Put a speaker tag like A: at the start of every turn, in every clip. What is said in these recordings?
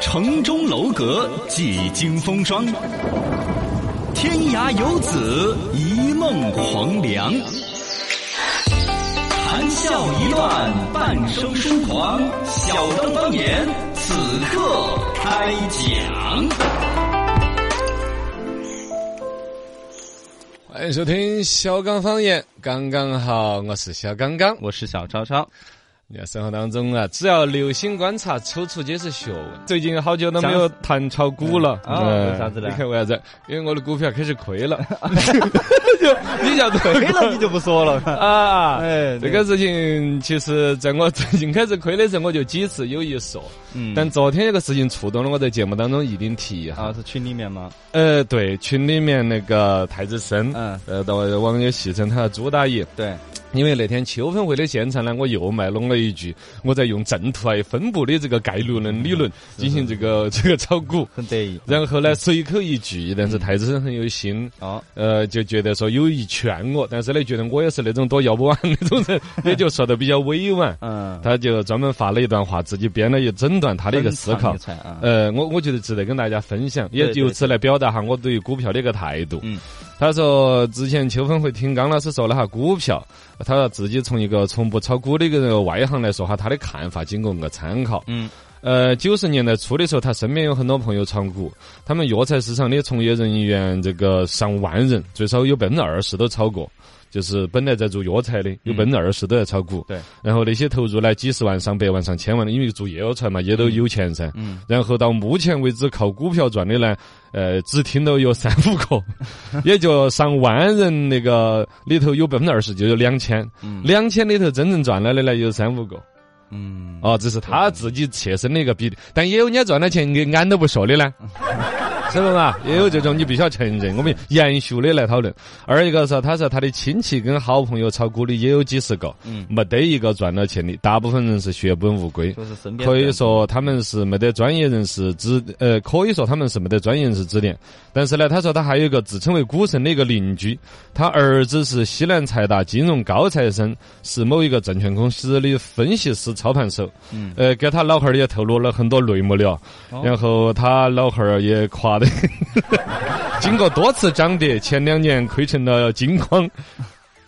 A: 城中楼阁几经风霜，天涯游子一梦黄粱。谈笑一段半生疏狂，小灯方言此刻开讲。
B: 欢迎收听小刚方言，刚刚好，我是小刚刚。
C: 我是小超超，
B: 你看生活当中啊，只要留心观察，处处皆是学问。最近好久都没有谈炒股了，
C: 嗯啊为啥子呢
B: 你看为啥子？因为我的股票开始亏了。就 你晓得
C: 黑了你就不说了。
B: 啊？
C: 哎
B: 这个事情其实在我最近开始亏的时候，我就几次有一说。
C: 嗯
B: 但昨天这个事情触动了我，在节目当中一定提一下
C: 啊。是群里面吗？
B: 呃，对，群里面那个太子参，
C: 嗯，
B: 呃，到网友戏称他朱大爷。
C: 对，
B: 因为那天秋分会的现场呢，我又卖弄了一句，我在用正态分布的这个概率论理
C: 嗯
B: 论进行这个这个炒股，
C: 很得意。
B: 然后呢随口一句，但是太子参很有心。
C: 哦，
B: 呃，就觉得说有意劝我，但是呢，觉得我也是那种多要不完那种 人，也就说的比较委婉。
C: 嗯，
B: 他就专门发了一段话，自己编了一整段他的一个思考
C: 很。长一串啊，
B: 呃，我我觉得值得跟大家分享，也
C: 对对
B: 由此来表达哈我对于股票的一个态度。
C: 嗯
B: 他说之前秋分会听刚老师说了哈股票，他说自己从一个从不炒股的一个外行来说哈，他的看法仅供个参考。
C: 嗯，
B: 呃，九十年代初的时候，他身边有很多朋友炒股，他们药材市场的从业人员这个上万人，最少有百分之二十都炒过。就是本来在做药材的，有百分之二十都在炒股。
C: 嗯对，
B: 然后那些投入呢，几十万、上百万、上千万的，因为做药材嘛，也都有钱噻。
C: 嗯，
B: 然后到目前为止靠股票赚的呢，呃，只听到有三五个， 也就上万人那个里头有百分之二十，就有两千，
C: 嗯
B: 两千里头真正赚了的呢有三五个。
C: 嗯，
B: 哦，这是他自己切身的一个比例，但也有人家赚了钱给俺都不说的呢， 是不是嘛？也有这种你必须要承认，我们严肃的来讨论。二一个是他说他的亲戚跟好朋友炒股的也有几十个，
C: 嗯
B: 没得一个赚了钱的，大部分人是血本无归。
C: 就是身边
B: 可以说他们是没得专业人士指，呃，可以说他们是没得专业人士指点。但是呢，他说他还有一个自称为股神的一个邻居，他儿子是西南财大金融高材生，是某一个证券公司的分析师、操盘手。
C: 嗯
B: 呃，给他老汉儿也透露了很多内幕了，
C: 哦
B: 然后他老汉儿也垮的， 经过多次涨跌，前两年亏成了金矿。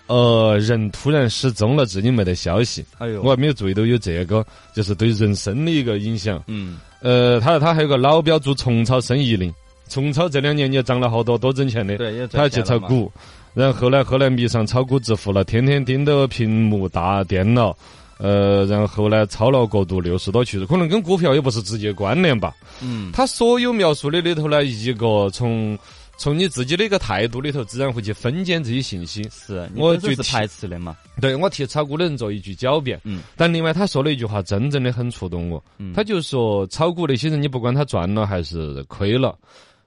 B: 呃，人突然失踪了，至今没得消息。
C: 哎呦，
B: 我还没有注意到有这个，就是对人生的一个影响。
C: 嗯，
B: 呃，他说他还有个老表做虫草生意的，虫草这两年也涨了好多，多挣钱的。
C: 对，也赚
B: 他
C: 钱
B: 去
C: 了
B: 炒
C: 嘛，
B: 股，然后呢，后来迷上炒股致富了，天天盯着屏幕大电脑，呃，然后呢，操劳过度，六十多去世，可能跟股票也不是直接关联吧。
C: 嗯，
B: 他所有描述的里头呢，一个从从你自己的一个态度里头，自然会去分拣这些信息。
C: 是，
B: 我
C: 就
B: 具
C: 是
B: 体
C: 排斥的嘛，
B: 对我替炒股的人做一句狡辩，
C: 嗯
B: 但另外他说了一句话，真正的很触动我。
C: 嗯
B: 他就说，炒股那些人，你不管他赚了还是亏了，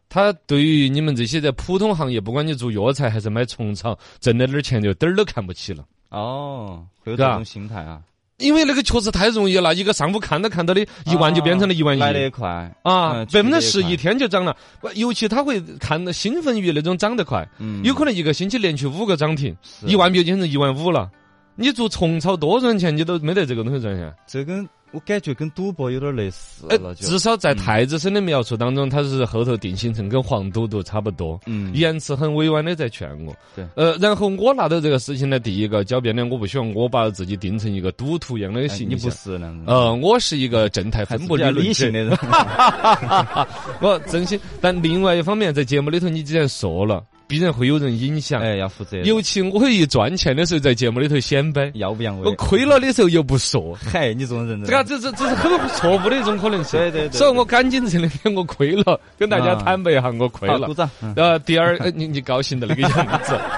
B: 他对于你们这些在普通行业，不管你做药材还是买虫草，挣了点儿钱就点儿都看不起了。
C: 哦，会有
B: 是
C: 这
B: 吧
C: 种心态啊，
B: 因为那个确实太容易了，一个上午看到看到的一万就变成了一万
C: 来得
B: 一
C: 也快，
B: 啊，
C: 嗯
B: 百分之十
C: 去得
B: 一
C: 也快
B: 天就涨了。尤其他会看到兴奋于那种涨得快，
C: 嗯，
B: 有可能一个星期连续五个涨停，
C: 是
B: 一万就变成一万五了。你做虫草多赚钱，你都没得这个东西赚钱。
C: 这跟我感觉跟赌博有点类似
B: 哎
C: 了，，就
B: 至少在
C: 嗯
B: 太子参的描述当中，他是后头定性成跟黄赌毒差不多。
C: 嗯，
B: 言辞很委婉的在劝我，
C: 对
B: 呃，然后我拿到这个事情呢，第一个狡辩呢，我不希望我把自己定成一个赌徒一样的
C: 哎
B: 形
C: 你不
B: 象，
C: 是那样子，
B: 呃，我是一个正态
C: 还
B: 分
C: 是
B: 布
C: 比
B: 理
C: 较
B: 论
C: 理
B: 者
C: 性，的人，
B: 我真心。但另外一方面，在节目里头你既然说了，必然会有人影 响，
C: 哎，要负责任，
B: 尤其我一赚钱的时候，在节目里头显摆，
C: 耀不扬威
B: 我，亏了的时候又不说，
C: 嗨，你这种人，
B: 这个这这这是很错误的一种可能性。
C: 对对对
B: 所以我赶紧承认我亏了，跟大家
C: 啊
B: 坦白一下，我亏
C: 好
B: 了
C: 鼓。掌，嗯
B: 然后第二，呃你你高兴的那个样子。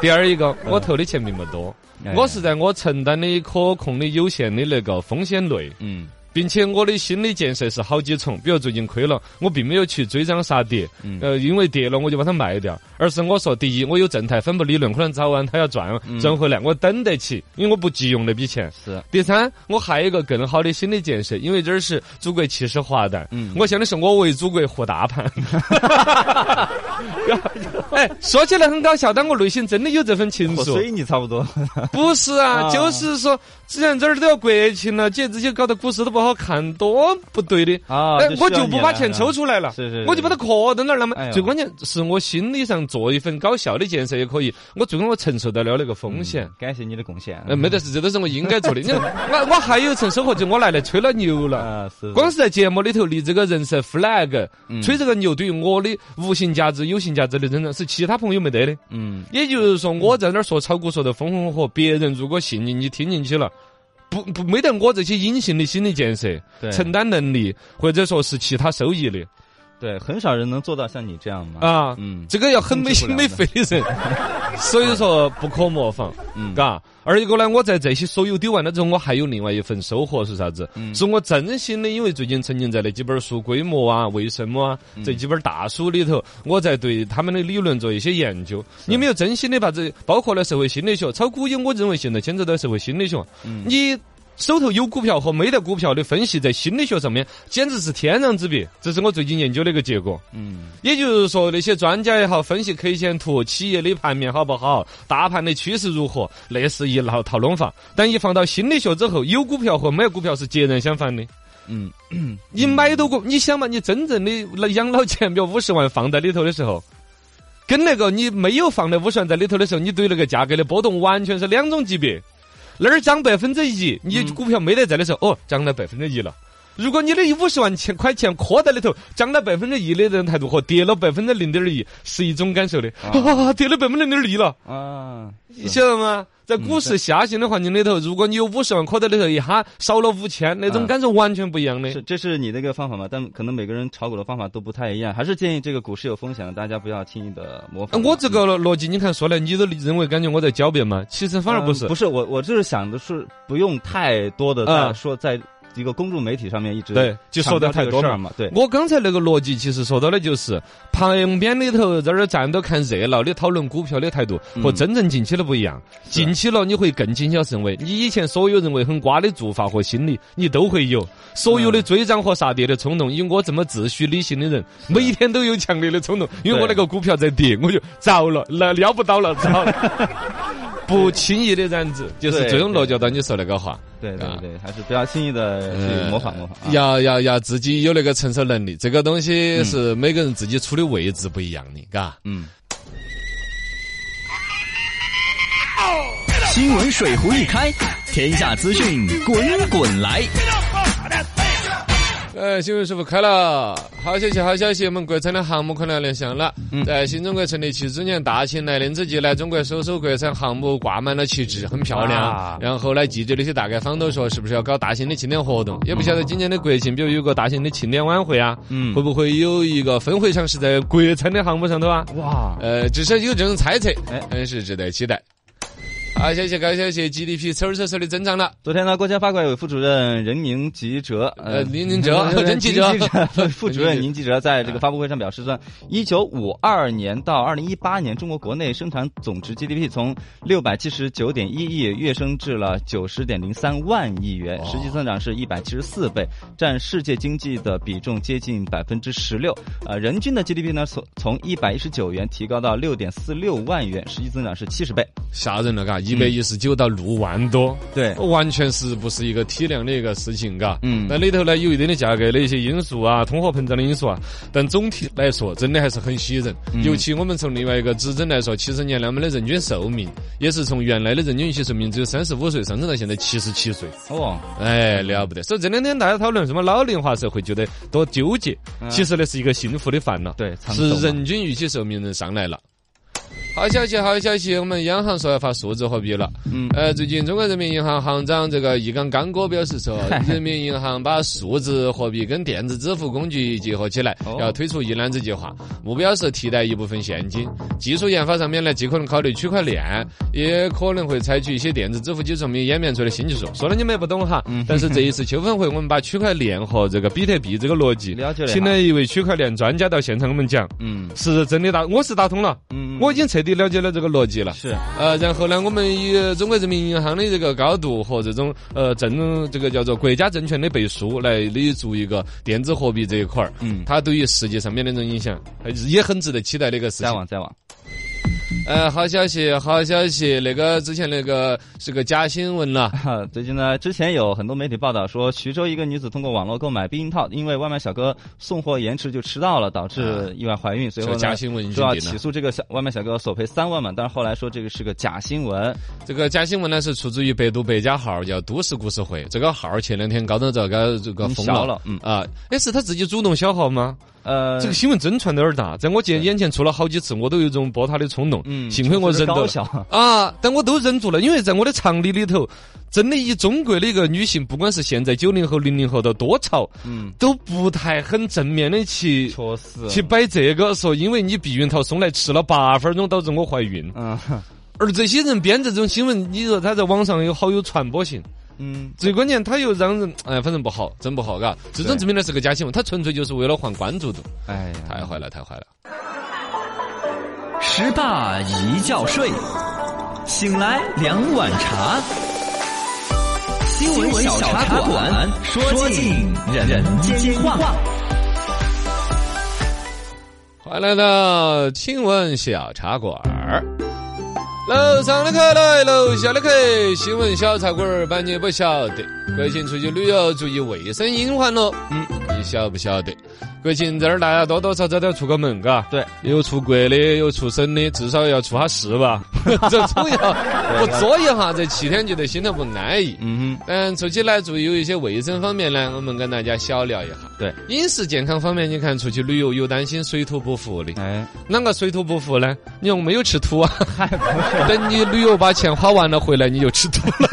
B: 第二一个，我投的钱并不多，
C: 嗯哎
B: 我是，在我承担的可控的有限的那个风险内，
C: 嗯
B: 并且我的心理建设是好几重。比如最近亏了，我并没有去追涨杀跌，
C: 嗯
B: 呃，因为跌了我就把它卖掉，而是我说，第一，我有正态分布理论，可能早晚它要赚
C: 嗯
B: 赚回来，我等得起，因为我不急用那笔钱。
C: 是，
B: 第三，我还有一个更好的心理建设，因为这儿是祖国七十华诞，
C: 嗯
B: 我想的是我为祖国护大盘。 哎，说起来很搞笑，但我内心真的有这份情
C: 和
B: 愫。
C: 水泥差不多，
B: 不是啊，
C: 啊
B: 就是说，既然这儿都要国庆了，姐这些搞得股市都不不好看，多不对的。
C: 啊，
B: 哎，
C: 需
B: 我
C: 要
B: 就
C: 你
B: 不把
C: 来
B: 钱
C: 了
B: 抽出来了，
C: 是是
B: 我就把它扩到那儿了嘛。
C: 哎呦
B: 最关键是我心理上做一份搞笑的建设也可以，我最终我承受得了那个风险。
C: 嗯感谢你的贡献。啊
B: 呃，没得事，这都是我应该 做的。你看，我我还有一层收获，就我来来吹了牛了。
C: 啊，是
B: 光是在节目里头立这个人设 flag，、
C: 嗯
B: 吹这个牛，对于我的无形价值、有形价值的增长，是其他朋友没得的。
C: 嗯，
B: 也就是说，我在那儿说炒股说的风风火火，别人如果信进去、听进去了。不不，没得我这些隐性的心理建设、
C: 对，
B: 承担能力，或者说是其他收益的
C: 对，很少人能做到像你这样嘛。
B: 啊，
C: 嗯
B: 这个要很没心没肺的 人，所以说不可模仿，
C: 嗯，
B: 嘎。而一个呢，我在这些所有丢完了之后，我还有另外一份收获是啥子？
C: 嗯
B: 是我真心的，因为最近沉浸在那几本书《规模》啊、《为什么》啊
C: 嗯
B: 这几本大书里头，我在对他们的理论做一些研究。你没有真心的把这包括了社会心理学，炒股也我认为现在牵扯到社会心理学，
C: 嗯
B: 你。手头有股票和没得股票的分析，在心理学上面简直是天壤之别，这是我最近研究的一个结果。
C: 嗯
B: 也就是说，那些专家也好，分析 K 线图、企业的盘面好不好、大盘的趋势如何，那是一套套弄法。但一放到心理学之后，有股票和没有股票是截然相反的。
C: 嗯，
B: 你买到股，你想嘛，你真正的养老钱，比如五十万放在里头的时候。跟那个你没有放那五十万在里头的时候，你对那个价格的波动完全是两种级别。那儿涨百分之一，你
C: 嗯
B: 股票没得在的时候，哦，涨了百分之一了。如果你的五十万钱块钱磕在里头，涨了百分之一的人态度和跌了百分之零点一是一种感受的，
C: 啊
B: 啊，跌了百分之零点一了，
C: 啊，
B: 你晓得吗？在
C: 嗯
B: 股市下行的环境里头，如果你有五十万磕在里头，一下少了五千，那种
C: 啊
B: 感受完全不一样的。
C: 是这是你的一个方法嘛？但可能每个人炒股的方法都不太一样，还是建议这个股市有风险的，大家不要轻易的模
B: 呃
C: 仿。
B: 我这个逻辑，你看说来，你都认为感觉我在狡辩嘛？其实反而不是
C: 嗯不。是我，我就是想的是不用太多的
B: 啊
C: 在说，在一个公众媒体上面一直
B: 对，就说的
C: 强
B: 太
C: 调这个
B: 多
C: 事
B: 嘛
C: 儿。
B: 嗯
C: 嘛，对，
B: 我刚才那个逻辑其实说到的就是旁边里头在那儿站着看热闹的讨论股票的态度
C: 嗯
B: 和真正进去了不一样。进去了你会更谨小慎微，你以前所有认为很瓜的做法和心理你都会有，所
C: 嗯
B: 有的追涨和杀跌的冲动。以我这么自诩理性的人，每天都有强烈的冲动，因为我那
C: 对
B: 个股票在跌，我就糟了，那撩不到了，糟了。不轻易的染指，就是
C: 对
B: 最终落
C: 对
B: 脚到你说那个话。
C: 对
B: 啊
C: 对对，还是不要轻易的去模仿模仿。啊。
B: 要要要自己有那个承受能力，这个东西是每个人自己处的位置不一样的，嘎。
C: 嗯，
A: 新闻水壶一开，天下资讯滚滚来。
B: 呃，新闻师傅开了，好消息，好消息！我们国产的航母可能要亮相了。在新中国成立七周年大庆来临之际呢，中国首艘国产航母挂满了旗帜，很漂亮。
C: 哇
B: 然后呢，记者那些大概方都说，是不是要搞大型的庆典活动？也不晓得今年的国庆，比如有个大型的庆典晚会啊，
C: 嗯
B: 会不会有一个分会上是在国产的航母上头啊？
C: 哇，
B: 呃，只是有这种猜测
C: 哎，
B: 但是值得期待。好消息，高消息，GDP 嗖嗖嗖的增长了。
C: 昨天呢，国家发改委副主任任宁吉喆，
B: 呃林 宁哲任吉哲嗯
C: 副主任宁吉喆在这个发布会上表示说，一九五二年到二零一八年，中国国内生产总值 GDP 从六百七十九点一亿跃升至了九十点零三万亿元，实际增长是一百七十四倍，占世界经济的比重接近百分之十六。呃，人均的 GDP 呢，从从一百一十九元提高到六点四六万元，实际增长是七十倍。
B: 吓人了，
C: 嗯
B: 嘎，一百一十九到六万多，
C: 对
B: 完全是不是一个体量的一个事情，嘎。
C: 哎嗯
B: 那里头呢有一定的价格的一些因素啊，通货膨胀的因素啊，但总体来说真的还是很喜人。
C: 嗯
B: 尤其我们从另外一个指针来说，其实年来我们的人均寿命也是从原来的人均预期寿命只有三十五岁上升到现在七十七岁，
C: 哦，
B: 哎，了不得。所以这两天大家讨论什么老龄化社会，觉得多纠结，
C: 嗯
B: 其实呢是一个幸福的烦恼。
C: 对，长
B: 是
C: 寿嘛
B: 人均预期寿命人上来了。好消息，好消息！我们央行说要发数字货币了。
C: 嗯
B: 呃，最近中国人民银行行长这个易纲刚哥表示说， 人民银行把数字货币跟电子支付工具结合起来
C: 哦，
B: 要推出一揽子计划，目标是替代一部分现金。技术研发上面呢，既可能考虑区块链，也可能会采取一些电子支付基础上面演变出来的新技术。说了你们也不懂哈，
C: 嗯
B: 但是这一次秋分会，我们把区块链和这个比特币这个逻辑，
C: 了解了
B: 请
C: 哈
B: 了一位区块链专家到现场跟我们讲。
C: 嗯
B: 是真的打，我是打通了，
C: 嗯，
B: 我已经彻底了解了这个逻辑了。
C: 是。
B: 呃，然后呢，我们以中国人民银行的这个高度和这种呃政这个叫做国家政权的背书来立足一个电子货币这一块儿，
C: 嗯，
B: 它对于世界上面的那种影响，还是也很值得期待的一个事
C: 再
B: 情。
C: 往再往，
B: 呃，好消息，好消息，那个之前那个是个假新闻了。
C: 哈， 最近呢，之前有很多媒体报道说，徐州一个女子通过网络购买避孕套，因为外卖小哥送货延迟就迟到了，导致意外怀孕，随后
B: 这
C: 呢
B: 啊假新闻已经
C: 说要
B: 顶了
C: 起诉这个小外卖小哥索赔三万嘛，但是后来说这个是个假新闻。
B: 这个假新闻呢是出自于百度百家号，叫“都市故事会”。这个号前两天高登这个这个
C: 你
B: 封
C: 小了嗯
B: 啊，哎，是他自己主动消耗吗？
C: 呃，
B: 这个新闻真传的有点大，在我眼眼前出了好几次，我都有一种拨他的冲动。
C: 嗯，
B: 幸亏我
C: 是
B: 忍到
C: 高
B: 了
C: 小，
B: 啊，但我都忍住了，因为在我的常理里头，真的以中国的一个女性，不管是现在九零后、零零后的多潮，
C: 嗯，
B: 都不太很正面的去
C: 戳死，
B: 去摆这个说，因为你避孕套送来吃了八分钟，导致我怀孕。
C: 嗯
B: 而这些人编这种新闻，你说他在网上有好有传播性，
C: 嗯，
B: 最关键他又让人哎，反正不好，真不好，嘎，这种证明的是个假新闻，他纯粹就是为了换关注度，
C: 哎呀，
B: 太坏了，太坏了。
A: 十大一觉睡，醒来两碗茶。新闻小茶馆，说尽人间话。
B: 欢迎来到新闻小茶馆儿。楼上的客来，楼下的客，新闻小茶馆儿，把你不晓得。国庆出去旅游，注意卫生隐患喽。嗯，你晓不晓得？国庆这儿大家多多少少都要出个门，嘎。
C: 对，
B: 有出国的，有出省的，至少要出下市吧。这总要我作一下，这七天觉得心头不安逸。
C: 嗯
B: 嗯，出去呢，注意有一些卫生方面呢，我们跟大家小聊一下。
C: 对，
B: 饮食健康方面，你看出去旅游又担心水土不服的
C: 哼，，哎，
B: 啷个水土不服呢？你又没有吃土啊？ 等你旅游把钱花完了回来，你就吃 土了。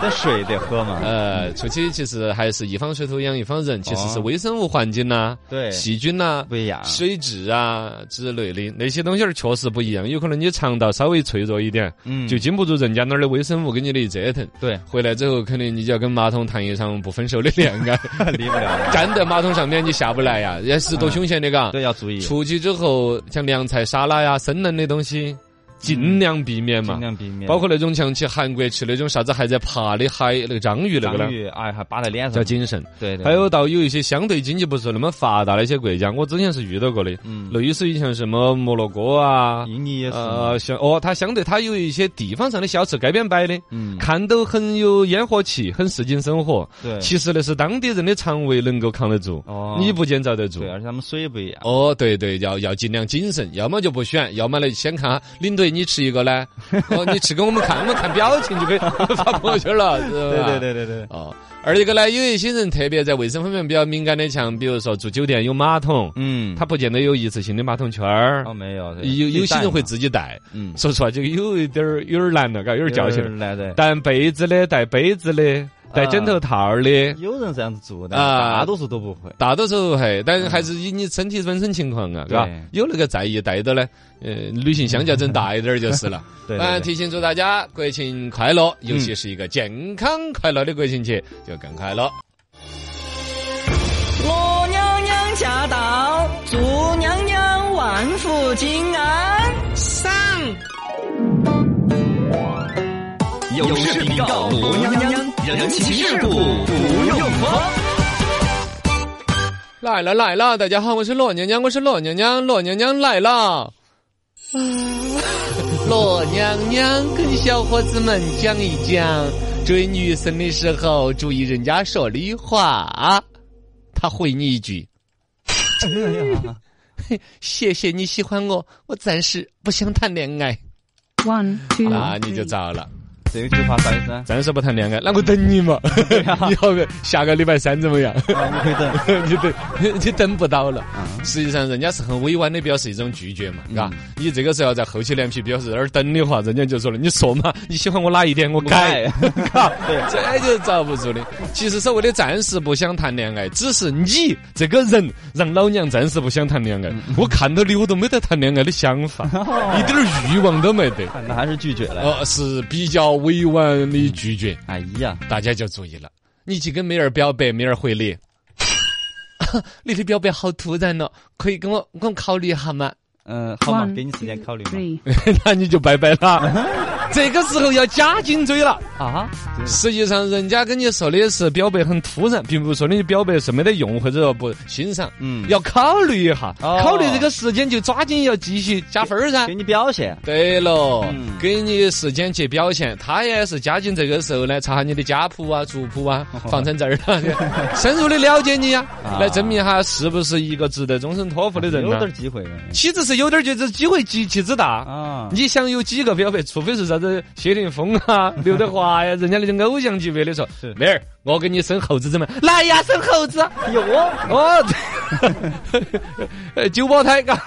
C: 这水得喝嘛，
B: 呃，出去其实还是一方水土养一方人，其实是
C: 哦
B: 微生物环境呐、
C: 对，
B: 细菌呐、
C: 不一样，
B: 水质啊之类的那些东西儿确实不一样，有可能你肠道稍微脆弱一点，
C: 嗯，
B: 就经不住人家那儿的微生物给你的一折腾。
C: 对，
B: 回来之后，肯定你就要跟马桶谈一场不分手的啊恋爱，
C: 离不了了，
B: 站在马桶上面你下不来呀，也是多凶险的嘎。
C: 嗯对，要注意，
B: 出去之后，像凉菜、沙拉呀、生冷的东西，尽量避免
C: 嗯
B: 嘛
C: 尽。量避免，
B: 包括那种像去韩国吃那种啥子还在爬的海那个章鱼那个
C: 章
B: 呢，
C: 鱼，哎，还扒在脸
B: 叫
C: 上，
B: 谨慎。
C: 对对，
B: 还有到有一些相对经济不是那么发达的一些国家，我之前是遇到过的，
C: 嗯
B: 类似于像什么摩洛哥啊。
C: 印尼也是，
B: 呃，像哦，它相对它有一些地方上的小吃街边摆的，
C: 嗯，
B: 看都很有烟火气，很市井生活。
C: 对，
B: 其实那是当地人的肠胃能够扛得住，
C: 哦
B: 你不见遭得住
C: 对，。而且他们水不一样，
B: 啊哦，对对，要要尽量谨慎，要么就不选，要么呢先看领队你吃一个 呢，哦，你吃给我们看，我们看表情就可以 发朋友圈了，是
C: 对
B: 吧？
C: 对。对对对，
B: 哦，二一个呢，有一些人特别在卫生方面比较敏感的，像比如说住酒店有马桶，
C: 嗯，
B: 他不见得有一次性的马桶圈儿
C: 哦，没有，对
B: 有有些人会，
C: 自己
B: 自己带，
C: 带嘛嗯，
B: 说实话，这个有一点儿有点儿难了，嘎，有点儿矫情了。
C: 来对，
B: 带被子的，带杯子的，带枕头套儿的，
C: 有人这样子做的，
B: 啊
C: 大多数都不会，
B: 大多数还，但是还是以你身体本身情况啊，是吧
C: 嗯对？
B: 有那个在意带到呢，呃，旅行相较真大一点儿就是了。
C: 对嗯
B: 嗯，
C: 对对，
B: 提醒祝大家国庆快乐，尤其是一个健康快乐的国庆节，就更快乐。
D: 我娘娘驾到，祝娘娘万福金安。上，
A: 有事禀告罗娘娘，人情世故不用慌。
B: 来了来了，大家好，我是罗娘娘，我是罗娘娘，罗娘娘来了。 罗娘娘跟小伙子们讲一讲，追女生的时候注意人家说的话。他回你一句
C: 哎 呀，：“
B: 谢谢你喜欢我，我暂时不想谈恋爱。
E: One, two, ”
B: 那你
E: three.
B: 就糟了，
C: 这个句话啥意思啊？
B: 暂时不谈恋爱，那我等你嘛。 你好，下个礼拜三怎么样？
C: 啊，你会等，
B: 你等你等不到了。实际上，人家是很委婉的表示一种拒绝嘛，嘎、你这个时候要在厚起脸皮表示在那儿等的话，人家就说了，你说嘛，你喜欢我哪一点，我改， 嘎，这就遭不住的。其实所谓的暂时不想谈恋爱，只是你这个人让老娘暂时不想谈恋爱。我看到你，我都没得谈恋爱的想法，一点儿欲望都没得。
C: 那还是拒绝了，
B: 呃，是比较委婉的拒绝。
C: 哎呀，
B: 大家就注意了，你去跟妹儿表白，妹儿回 你。你的表白好突然哦，可以跟我 跟我考虑一下吗？
C: 嗯，好嘛，
E: One,
C: 给你时间考虑嘛，
E: three.
B: 那你就拜拜啦。 这个时候要加紧追了。
C: 啊，
B: 实际上，人家跟你说的是表白很突然，并不是说你表白是没得用，或者说不欣赏，
C: 嗯
B: 要考虑一下，
C: 哦
B: 考虑这个时间就抓紧要继续加分儿噻
C: 给。你表现，
B: 对喽，
C: 嗯
B: 给你时间去表现，他也是加紧这个时候来查下你的家谱啊、族 谱啊、房产证儿啊，深入的了解你呀、
C: 啊
B: 来证明哈是不是一个值得终身托付的人
C: 有
B: 呢、
C: 点机会
B: 岂止是有点儿，就是机会极其之大
C: 啊。
B: 你想有几个表白？除非是啥子谢霆锋 啊、刘德华呀、人家那种偶像级别的说
C: 是，
B: 妹儿，我给你生猴子怎么样？来呀，生猴子！
C: 有
B: 哦， 呃九胞 胎，嘎，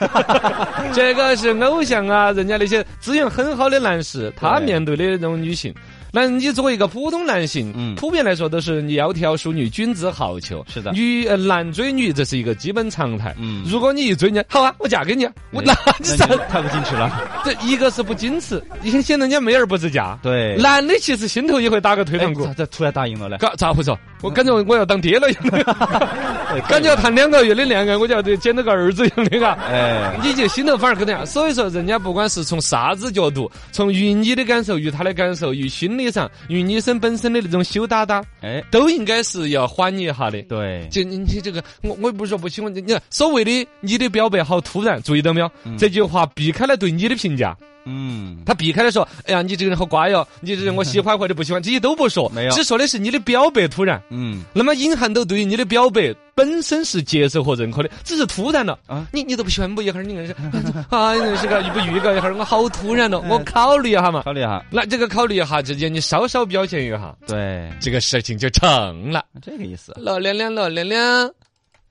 B: 这个是偶像啊，人家那些资源很好的男士，他
C: 对
B: 面对的那种女性。那你作为一个普通男性，
C: 嗯
B: 普遍来说都是你窈窕淑女，君子好逑。
C: 是的
B: 女呃男追女这是一个基本常态。
C: 嗯
B: 如果你一追人家，好啊，我嫁给你啊，我那你
C: 那
B: 啥
C: 你太不矜持 了。
B: 这一个是不矜持，你显人家妹儿不自驾。
C: 对
B: 男的其实心头也会打个退堂鼓
C: 哎，。咋突然答应了嘞？
B: 嘎咋回事？我感觉我要当爹了一样，感觉谈两个月的恋爱，我就要得捡到个儿子一样的嘎。
C: 哎，
B: 你就心头反而跟那样，所以说人家不管是从啥子角度，从于你的感受、于他的感受、于心理上、于女生本身的那种羞答答，
C: 哎，
B: 都应该是要缓你一下的。
C: 对，
B: 就你你这个，我我也不是说不喜欢你，你看所谓的你的表白好突然，注意到没有？这句话避开了对你的评价，
C: 嗯，
B: 他避开了说，哎呀，你这个人好乖哟、你这个人我喜欢或者不喜欢，这些都不说，
C: 没有
B: 只说的是你的表白突然。
C: 嗯，
B: 那么隐含都对于你的表白本身是接受和认可的，只是突然了
C: 啊
B: 啊！你你都不喜欢不一会儿你硬是 啊，硬是个不预告一会儿，我好突然了，我考虑一下嘛。
C: 考虑哈，
B: 那这个考虑一下之间，你稍稍表现一下，
C: 对，
B: 这个事情就成了。
C: 这个意思。
B: 老亮亮，老亮亮，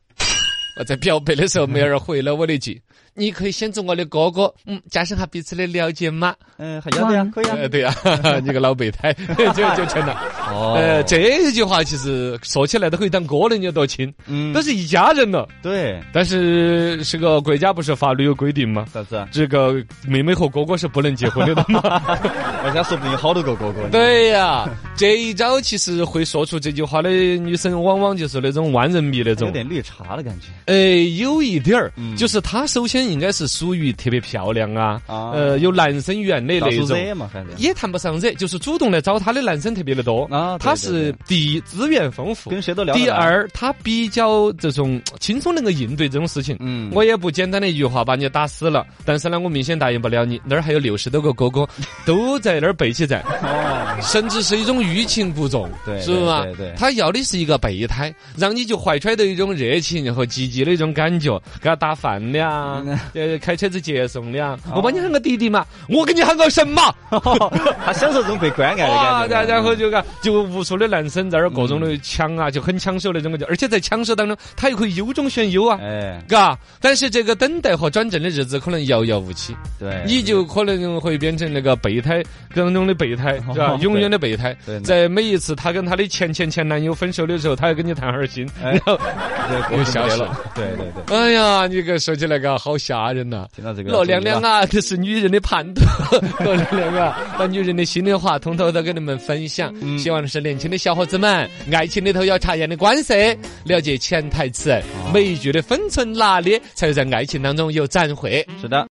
B: 我在表白的时候，妹儿回了我的一句：“你可以先做我的哥哥，嗯，加深下彼此的了解嘛。
C: 嗯，还要的呀，可以啊。
B: 呃， 对呀、啊，你个老备胎， 就就成了。
C: 哦
B: 呃，这一句话其实说起来都可以当哥了，你有多亲，
C: 嗯
B: 都，是一家人了。
C: 对，
B: 但是这个国家不是法律有规定吗？
C: 啥 子啊？
B: 这个妹妹和哥哥是不能结婚的懂 吗？
C: 人家说不定有好多个哥哥。，
B: 对呀、这一招其实会说出这句话的女生，往往就是那种万人迷那
C: 有
B: 种。
C: 点绿茶的感觉。
B: 哎，有一点儿
C: 嗯，
B: 就是她首先应该是属于特别漂亮啊，
C: 啊
B: 呃，有男生缘的
C: 大
B: 那
C: 叔
B: 种。
C: Z 嘛，反正
B: 也谈不上惹，就是主动来找她的男生特别的多
C: 啊对
B: 她
C: 对
B: 是
C: 对
B: 第一资源丰富，
C: 跟谁都聊。
B: 第，二，他比较这种轻松能够应对这种事情。
C: 嗯，
B: 我也不简单的一句话把你打死了，但是呢，我明显答应不了你。那儿还有六十多个哥 哥都在那儿备起在，
C: 哦，
B: 甚至是一种欲擒故纵，
C: 对
B: 是吧
C: 对对对？
B: 他要的是一个备胎，让你就怀揣着一种热情和积极的一种感觉，给他打饭 的啊，呃，开车子接送的啊。
C: 哦
B: 我帮你喊个弟弟嘛，我给你喊个神嘛，
C: 他享受这种被关爱的
B: 哇，
C: 感觉。
B: 然然后就个就无数的男生在那儿各种的
C: 嗯
B: 抢啊，就很抢手那种感觉，而且在抢手当中，他又可以优中选优啊。
C: 哎，
B: 嘎，但是这个等待和转正的日子可能遥遥无期，
C: 对，
B: 你就可能会变成那个备胎当中的备 胎，是吧
C: 哦？
B: 永远的备胎
C: 对对，
B: 在每一次她跟她的前前前男友分手的时候，她要跟你谈哈儿心，
C: 哎
B: 然后，
C: 对
B: 又消失。
C: 我是没得对对对，
B: 哎呀，你个说起来个好吓人呐、
C: 听到这个
B: 老娘娘
C: 啊，
B: 啊，这是女人的叛徒。 老娘 娘啊，把女人的心里话通通都跟你们分享。
C: 嗯
B: 希望是年轻的小伙子们，爱情里头要察言的观色，了
C: 哦
B: 解潜台词，每一句的分寸拿捏，才能在爱情当中有斩获。
C: 是的。